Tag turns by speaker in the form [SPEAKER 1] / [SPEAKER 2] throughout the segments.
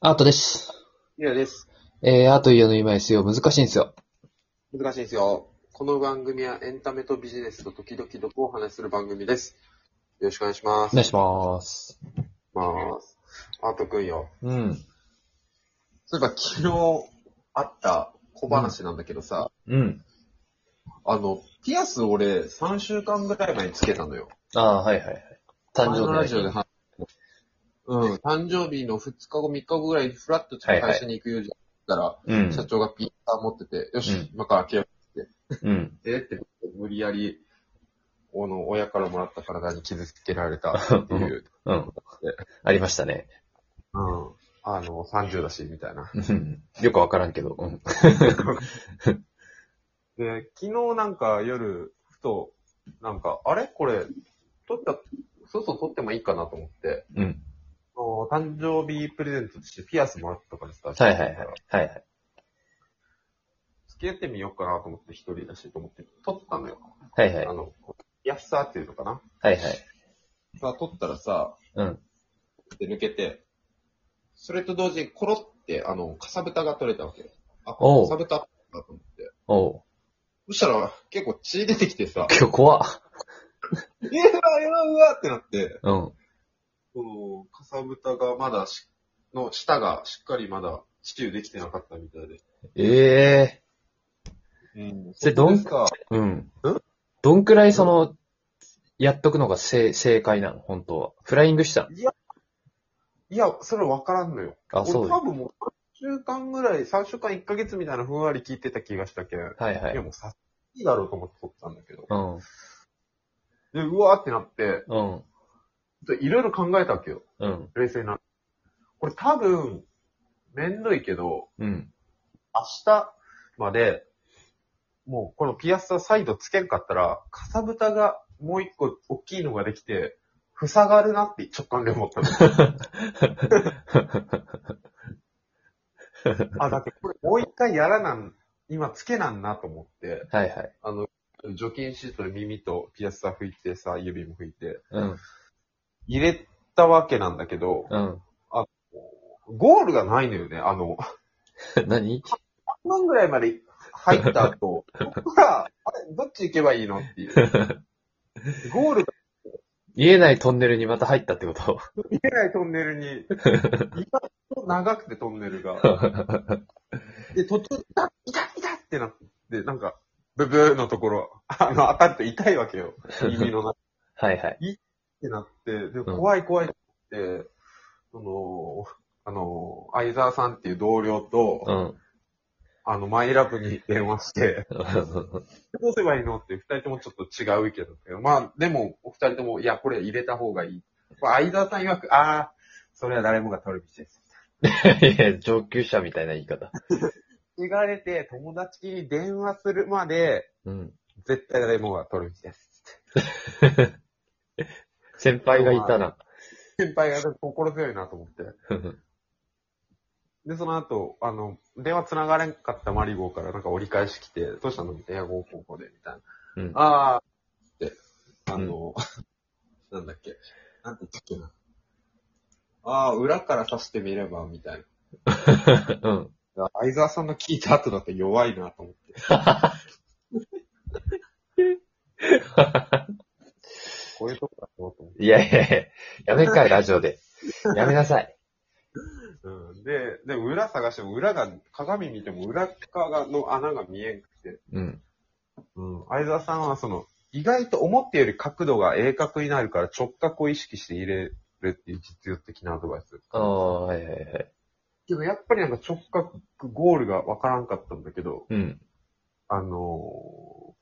[SPEAKER 1] アートです。
[SPEAKER 2] ゆうです。
[SPEAKER 1] えー、アート家の今ですよ。難しいんですよ。
[SPEAKER 2] 難しいですよ。この番組はエンタメとビジネスと時々どこをお話しする番組です。よろしくお願いしま
[SPEAKER 1] お
[SPEAKER 2] す。
[SPEAKER 1] 願いします。
[SPEAKER 2] ます。あとくんよ。
[SPEAKER 1] うん。
[SPEAKER 2] そういえば昨日あった小話なんだけどさ、
[SPEAKER 1] うん。
[SPEAKER 2] あの、ピアス俺3週間ぐらい前につけたのよ。
[SPEAKER 1] ああー、はいはいはい。誕
[SPEAKER 2] 前の
[SPEAKER 1] 生
[SPEAKER 2] ラジ
[SPEAKER 1] 日
[SPEAKER 2] オで
[SPEAKER 1] の日。
[SPEAKER 2] 話うん、誕生日の2日後、3日後ぐらいにフラッと会社に行くようじゃんだ
[SPEAKER 1] う
[SPEAKER 2] から、社
[SPEAKER 1] ん。
[SPEAKER 2] 長がピーター持ってて、よし、
[SPEAKER 1] うん
[SPEAKER 2] 今から開けよう
[SPEAKER 1] うん。
[SPEAKER 2] えって、無理やり、この親からもらった体に傷つけられたっ ていう。
[SPEAKER 1] うん。ありましたね。
[SPEAKER 2] うん。あの、30だし、みたいな。
[SPEAKER 1] うんよくわからんけど。うん。
[SPEAKER 2] で、昨日なんか夜、ふと、なんか、あれこれ、取った、そろそろ取ってもいいかなと思って、
[SPEAKER 1] うん。
[SPEAKER 2] あの誕生日プレゼントとしてピアスもらったからさ、
[SPEAKER 1] はいはいはい。はいはい。
[SPEAKER 2] 付き合ってみようかなと思って、一人だしと思って、取ったのよ。
[SPEAKER 1] はいはい
[SPEAKER 2] あ。の、安さっていうのかな。
[SPEAKER 1] はいはい。
[SPEAKER 2] さ、取ったらさ、
[SPEAKER 1] うん。
[SPEAKER 2] で抜けて、それと同時にコロって、あの、かさぶたが取れたわけよ。あ、
[SPEAKER 1] おう
[SPEAKER 2] かさぶただと思って。
[SPEAKER 1] おう。、
[SPEAKER 2] そしたら、結構血出てきてさ
[SPEAKER 1] 今日怖っ。
[SPEAKER 2] えー、うわ、うわ、うわってなって、
[SPEAKER 1] うん。
[SPEAKER 2] この、かさぶたがまだし、の下がしっかりまだ支給できてなかったみたいで。
[SPEAKER 1] ええ
[SPEAKER 2] うん。
[SPEAKER 1] それどん
[SPEAKER 2] こか、
[SPEAKER 1] ー。うん。どんくらいその、やっとくのが正、正解なの本当は。フライングしたの
[SPEAKER 2] いや、それわからんのよ。
[SPEAKER 1] あ、そう
[SPEAKER 2] 俺
[SPEAKER 1] は
[SPEAKER 2] 多分もう3週間ぐらい、3週間1ヶ月みたいなふんわり聞いてた気がしたけん。
[SPEAKER 1] いはい
[SPEAKER 2] や、。もうさ、いいだろうと思って撮ったんだけど。
[SPEAKER 1] うん。
[SPEAKER 2] で、うわーってなって、
[SPEAKER 1] うん。
[SPEAKER 2] いろいろ考えたわけよ。
[SPEAKER 1] うん。
[SPEAKER 2] 冷静な。これ多分、めんどいけど、
[SPEAKER 1] うん。
[SPEAKER 2] 明日まで、もうこのピアスは再度つけんかったら、かさぶたがもう一個大きいのができて、塞がるなって直感で思ったの。あ、だってこれもう一回やらなん、今つけなんなと思って、
[SPEAKER 1] はいはい。
[SPEAKER 2] あの、除菌シートで耳とピアスは拭いてさ、指も拭いて、
[SPEAKER 1] うん。
[SPEAKER 2] 入れたわけなんだけど、
[SPEAKER 1] うん。
[SPEAKER 2] ゴールがないのよね、あの、
[SPEAKER 1] 何
[SPEAKER 2] 半分ぐらいまで入った 後、そこから、あれ、どっち行けばいいのっていう。ゴールが
[SPEAKER 1] 見えないトンネルにまた入ったって こと
[SPEAKER 2] 見えないトンネルに、意外と長くてトンネルが。で、途中、痛っ、痛っ、痛っってなって、なんか、ブブーのところ、あの、当たると痛いわ けよ。耳の中っ
[SPEAKER 1] はいはい。
[SPEAKER 2] てなって、で、
[SPEAKER 1] ん
[SPEAKER 2] 怖い怖いって、その、あの、相沢さんっていう同僚と、
[SPEAKER 1] うん。
[SPEAKER 2] あの、マイラブに電話して、どうすればいいのって、二人ともちょっと違う意見だったけど、まあ、でも、お二人とも、いや、これ入れた方がいい。まあ、相沢さん曰く、ああ、それは誰もが取る道です。
[SPEAKER 1] いや、上級者みたいな言い方。
[SPEAKER 2] 言われて、友達に電話するまで、
[SPEAKER 1] うん。
[SPEAKER 2] 絶対誰もが取る道です。
[SPEAKER 1] 先輩がいたな。
[SPEAKER 2] 先輩が心強いなと思って。で、その後、あの、電話繋がれんかったマリゴーからなんか折り返し来て、どうしたのみたいな、いや、こうこうこうで、みたいな。
[SPEAKER 1] うん
[SPEAKER 2] ああ、って、あの、なんだっけ、なんて言ったっけな。ああ、裏から刺してみれば、みたい
[SPEAKER 1] うん。
[SPEAKER 2] な。相沢さんの聞いた後だと弱いなと思って。こういうとこだろうと思って。
[SPEAKER 1] いやいやいや、やめんかい、ラジオで。やめなさい。
[SPEAKER 2] うん。で、で、裏探しても、裏が、鏡見ても裏側の穴が見えんくて。
[SPEAKER 1] うん。
[SPEAKER 2] うん。相沢さんはその、意外と思ったより角度が鋭角になるから直角を意識して入れるっていう実用的なアドバイス。
[SPEAKER 1] ああ、はいはいはい。
[SPEAKER 2] けどやっぱりなんか直角、ゴールがわからんかったんだけど、
[SPEAKER 1] うん。
[SPEAKER 2] あのー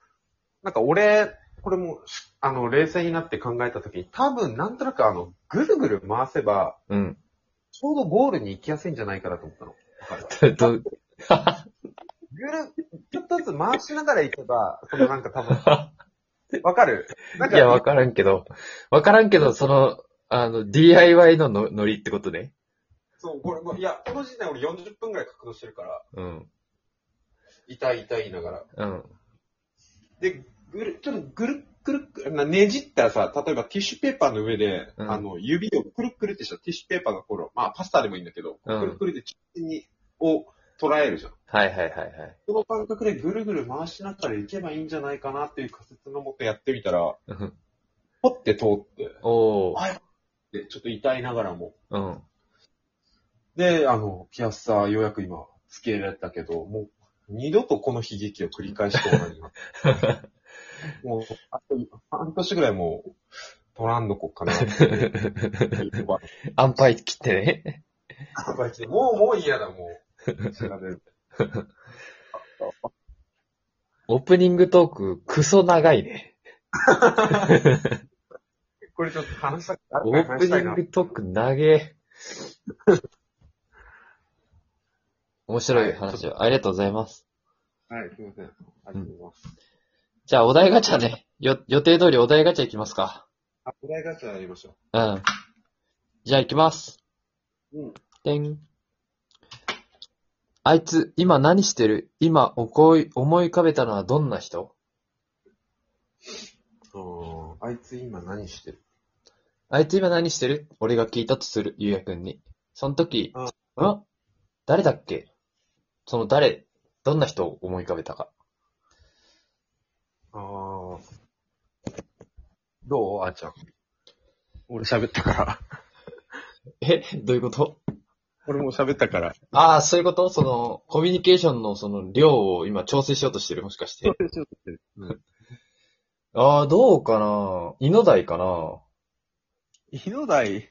[SPEAKER 2] なんか俺、これもし、あの、冷静になって考えたときに、多分なんとなくあの、ぐるぐる回せば、
[SPEAKER 1] うん。
[SPEAKER 2] ちょうどゴールに行きやすいんじゃないかなと思ったの。わかる
[SPEAKER 1] ど、
[SPEAKER 2] ぐる、ちょっとずつ回しながら行けば、そのなんか多分、わかるな ん
[SPEAKER 1] いや、わ
[SPEAKER 2] か、
[SPEAKER 1] からんけど。わからんけど、その、あの、DIY ののノリってことね。
[SPEAKER 2] そう、これもう、いや、この時点俺40分くらい格闘してるから、
[SPEAKER 1] うん。
[SPEAKER 2] 痛い痛い言いなが
[SPEAKER 1] う
[SPEAKER 2] ら。
[SPEAKER 1] ん。
[SPEAKER 2] で、ぐる、ちょっとぐるっくるくる、なねじったらさ、例えばティッシュペーパーの上で、
[SPEAKER 1] うん
[SPEAKER 2] あの、指をくるくるってしたらティッシュペーパーの頃、まあパスタでもいいんだけど、
[SPEAKER 1] うん
[SPEAKER 2] くるくるって中心に、を捉えるじゃん。
[SPEAKER 1] はいはいはいはい。
[SPEAKER 2] この感覚でぐるぐる回しながら行けばいいんじゃないかなっていう仮説のもとやってみたら、
[SPEAKER 1] うん
[SPEAKER 2] ポッて通って、
[SPEAKER 1] おー。
[SPEAKER 2] あで、ちょっと痛いながらも。
[SPEAKER 1] うん。
[SPEAKER 2] で、あの、ピアスさ、ようやく今、付け入れたけど、もう、二度とこの悲劇を繰り返してはないな。もう、あと半年ぐらいもう、取らんどこかなっていう
[SPEAKER 1] 安牌切ってね。
[SPEAKER 2] もう、もう嫌だ、もう。調べる。
[SPEAKER 1] オープニングトーク、クソ長いね。
[SPEAKER 2] これちょっと話したくな
[SPEAKER 1] オープニングトーク長え。面白い話を、ありがとうございます。
[SPEAKER 2] はい、すいません。ありがとうございます。
[SPEAKER 1] じゃあ、お題ガチャね。よ、予定通りお題ガチャいきますか。
[SPEAKER 2] あ、お題ガチャやりましょ
[SPEAKER 1] うん。じゃあ、いきます。
[SPEAKER 2] う。うん。
[SPEAKER 1] てん。あいつ、今何してる今、おこい、思い浮かべたのはどんな人
[SPEAKER 2] あいつ今何してる
[SPEAKER 1] あいつ今何してる俺が聞いたとする、ゆうやくんに。その時、
[SPEAKER 2] うん
[SPEAKER 1] ん誰だっけその誰、どんな人を思い浮かべたか。
[SPEAKER 2] ああ。どうあーちゃん。俺喋ったから。
[SPEAKER 1] えどういうこと
[SPEAKER 2] 俺も喋ったから。
[SPEAKER 1] ああ、そういうことその、コミュニケーションのその量を今調整しようとしてるもしかして。ああ、どうかな井の台かな
[SPEAKER 2] 日の台、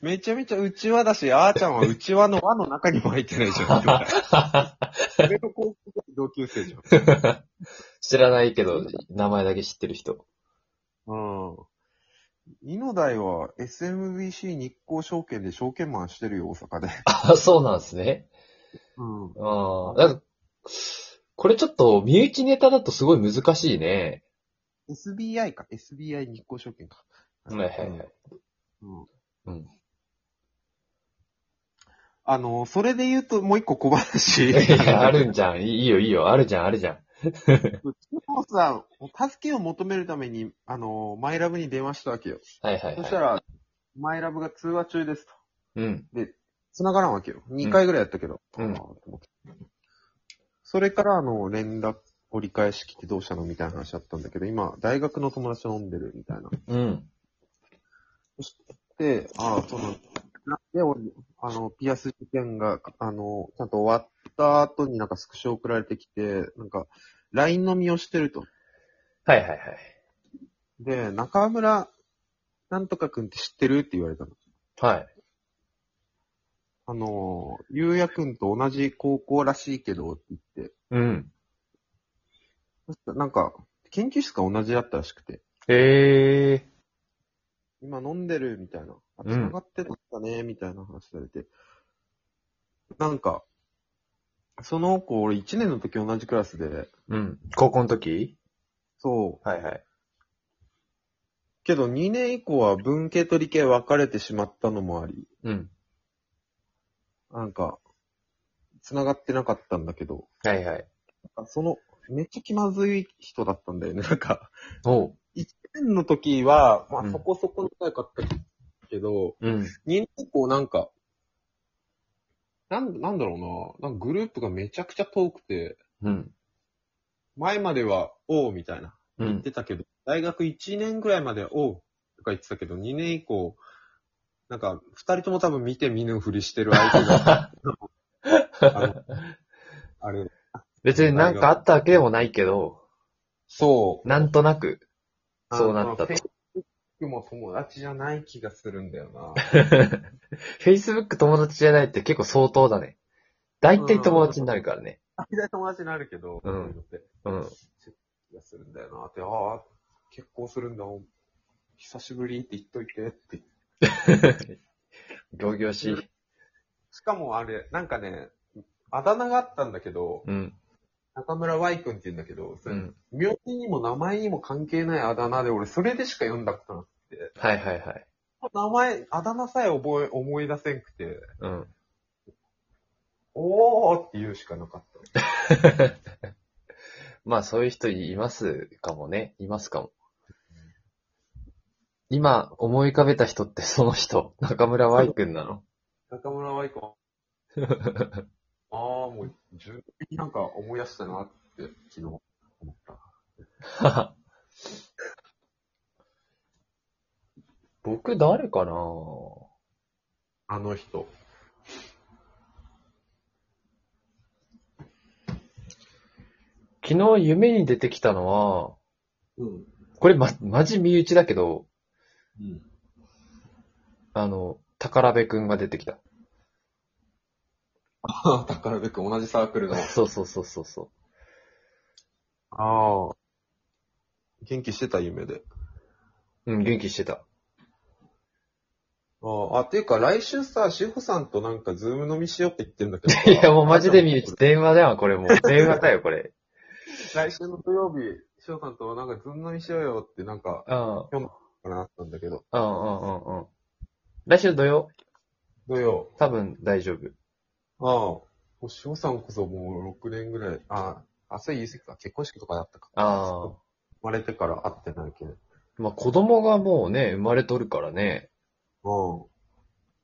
[SPEAKER 2] めちゃめちゃ内輪だし、あーちゃんは内輪の輪の中にも入ってないじゃん。俺の高校同級生じゃん。
[SPEAKER 1] 知らないけど、名前だけ知ってる人。
[SPEAKER 2] うん。日の台は SMBC 日興証券で証券マンしてるよ、大阪で。
[SPEAKER 1] あそうなんですね。
[SPEAKER 2] うん。
[SPEAKER 1] ああ、なんか、これちょっと、身内ネタだとすごい難しいね。
[SPEAKER 2] SBI か。SBI 日興証券か。
[SPEAKER 1] はいはいはい。
[SPEAKER 2] うん。
[SPEAKER 1] うん
[SPEAKER 2] あの、それで言うともう一個小話。
[SPEAKER 1] いや、 あるんじゃん。いいよいいよ。あるじゃん、あるじゃん。
[SPEAKER 2] もうさ、助けを求めるために、あの、マイラブに電話したわけよ。
[SPEAKER 1] はいはい
[SPEAKER 2] そした
[SPEAKER 1] はい。
[SPEAKER 2] ら、マイラブが通話中ですと。
[SPEAKER 1] うん。
[SPEAKER 2] 繋がらんわけよ。2回ぐらいやったけど。
[SPEAKER 1] うん
[SPEAKER 2] あーと思ってそれから、あの、連絡、折り返し来てどうしたのみたいな話あったんだけど、今、大学の友達と飲んでるみたいな。
[SPEAKER 1] うん。
[SPEAKER 2] で、ああ、その、で、俺、あの、ピアス事件が、あの、ちゃんと終わった後になんかスクショ送られてきて、なんか、LINE 飲みをしてると。
[SPEAKER 1] はいはいはい。
[SPEAKER 2] で、中村、なんとかくんって知ってるって言われたの。
[SPEAKER 1] はい。
[SPEAKER 2] あの、ゆうやくんと同じ高校らしいけどって言って。
[SPEAKER 1] うん。
[SPEAKER 2] そしたらなんか、研究室が同じだったらしくて。
[SPEAKER 1] ええ
[SPEAKER 2] 今飲んでるみたいな。あ、
[SPEAKER 1] うん
[SPEAKER 2] 繋がってたんだね、みたいな話されて。なんか、その子、俺1年の時同じクラスで、
[SPEAKER 1] うん。高校の時
[SPEAKER 2] そう。
[SPEAKER 1] はいはい。
[SPEAKER 2] けど2年以降は文系と理系分かれてしまったのもあり、
[SPEAKER 1] うん。
[SPEAKER 2] なんか、繋がってなかったんだけど、
[SPEAKER 1] はいはい。
[SPEAKER 2] あその、めっちゃ気まずい人だったんだよね。なんか、
[SPEAKER 1] おう。
[SPEAKER 2] 1年の時は、ま
[SPEAKER 1] う
[SPEAKER 2] あ
[SPEAKER 1] ん
[SPEAKER 2] そこそこ仲良かったけど、
[SPEAKER 1] うん。
[SPEAKER 2] 2年以降なんか、なん、なんだろうな、なんかグループがめちゃくちゃ遠くて、
[SPEAKER 1] うん。
[SPEAKER 2] 前までは、おう、みたいな、
[SPEAKER 1] う
[SPEAKER 2] 言っ
[SPEAKER 1] ん。
[SPEAKER 2] てたけど、大学1年ぐらいまでは、おう、とか言ってたけど、2年以降、なんか、2人とも多分見て見ぬふりしてる相手が、 あのあれ、
[SPEAKER 1] 別になんかあったわけでもないけど、
[SPEAKER 2] そう、
[SPEAKER 1] なんとなく、 そうなったと
[SPEAKER 2] フェイ。スブックも友達じゃない気がするん だよ
[SPEAKER 1] Facebook 友達じゃないって結構相当だね。大体友達になるからね。
[SPEAKER 2] な。大体友達になるけど、
[SPEAKER 1] うん
[SPEAKER 2] そういうのって
[SPEAKER 1] うん。
[SPEAKER 2] 気がするんだよな。って、ああ、結婚するんだ、お久しぶりって言っといてって。
[SPEAKER 1] 行々しい。
[SPEAKER 2] しかもあれ、なんかね、あだ名があったんだけど、
[SPEAKER 1] うん。
[SPEAKER 2] 中村 Y 君って言うんだけど、そうれ
[SPEAKER 1] ん。
[SPEAKER 2] 名字にも名前にも関係ないあだ名で、俺それでしか読んだことなくて。
[SPEAKER 1] はいはいはい。
[SPEAKER 2] 名前、あだ名さえ覚え、思い出せんくて、
[SPEAKER 1] うん。
[SPEAKER 2] おーって言うしかなかった。
[SPEAKER 1] まあそういう人いますかもね。いますかも。今思い浮かべた人ってその人、中村 Y 君なの。
[SPEAKER 2] 中村はいいか。ああ、もう、十分になんか思い出したなって、昨日思った。
[SPEAKER 1] 僕誰かな
[SPEAKER 2] あの人。
[SPEAKER 1] 昨日夢に出てきたのは、
[SPEAKER 2] うん。
[SPEAKER 1] これま、マジ身内だけど、
[SPEAKER 2] うん。
[SPEAKER 1] あの、宝部くんが出てきた。
[SPEAKER 2] ああ、宝部くん、同じサークルの。
[SPEAKER 1] そうそうそうそうそ
[SPEAKER 2] ああ。元気してた夢で。
[SPEAKER 1] う。うん、元気してた。
[SPEAKER 2] ああ、あ、っていうか来週さ、志保さんとなんかズーム飲みしようって言ってるんだけど さ。
[SPEAKER 1] いや、もうマジで身内、電話だよ、これもう。電話だよ、これ。
[SPEAKER 2] 来週の土曜日、志保さんとなんかズーム飲みしようよってなんか、
[SPEAKER 1] うん、うん、
[SPEAKER 2] かなったんだけど。
[SPEAKER 1] うん、うん、うん。来週土曜
[SPEAKER 2] 土曜。
[SPEAKER 1] 多分大丈夫。
[SPEAKER 2] ああ、もう志保さんこそもう6年ぐらい、ああ、あ、そういうか、結婚式とかだったか。
[SPEAKER 1] あ
[SPEAKER 2] 生まれてから会ってないけど。
[SPEAKER 1] あ。まあ、子供がもうね、生まれとるからね。
[SPEAKER 2] う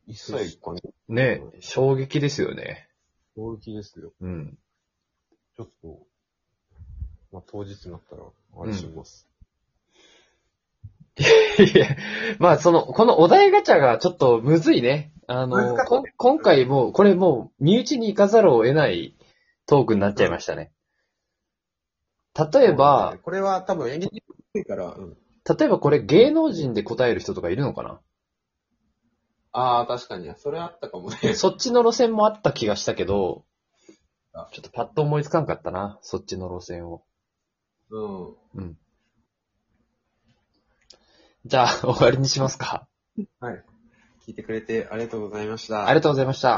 [SPEAKER 2] ん。一切かね。
[SPEAKER 1] ね、衝撃ですよね。
[SPEAKER 2] 驚きですよ。
[SPEAKER 1] うん。
[SPEAKER 2] ちょっと、まあ、当日になったら、あれします。
[SPEAKER 1] いや、まあ、その、このお題ガチャがちょっとむずいね。あの、
[SPEAKER 2] 難しい
[SPEAKER 1] こん今回もう、これもう、身内に行かざるを得ないトークになっちゃいましたね。例えば、
[SPEAKER 2] これは多分演劇低いから、うん。
[SPEAKER 1] 例えばこれ芸能人で答える人とかいるのかな
[SPEAKER 2] ああ、確かに。それあったか もね。
[SPEAKER 1] そっちの路線もあった気がしたけど
[SPEAKER 2] あ、
[SPEAKER 1] ちょっとパッと思いつかんかったな、そっちの路線を。
[SPEAKER 2] うん。
[SPEAKER 1] うん。じゃあ、終わりにしますか。
[SPEAKER 2] 聞いてくれてありがとうございました。
[SPEAKER 1] ありがとうございました。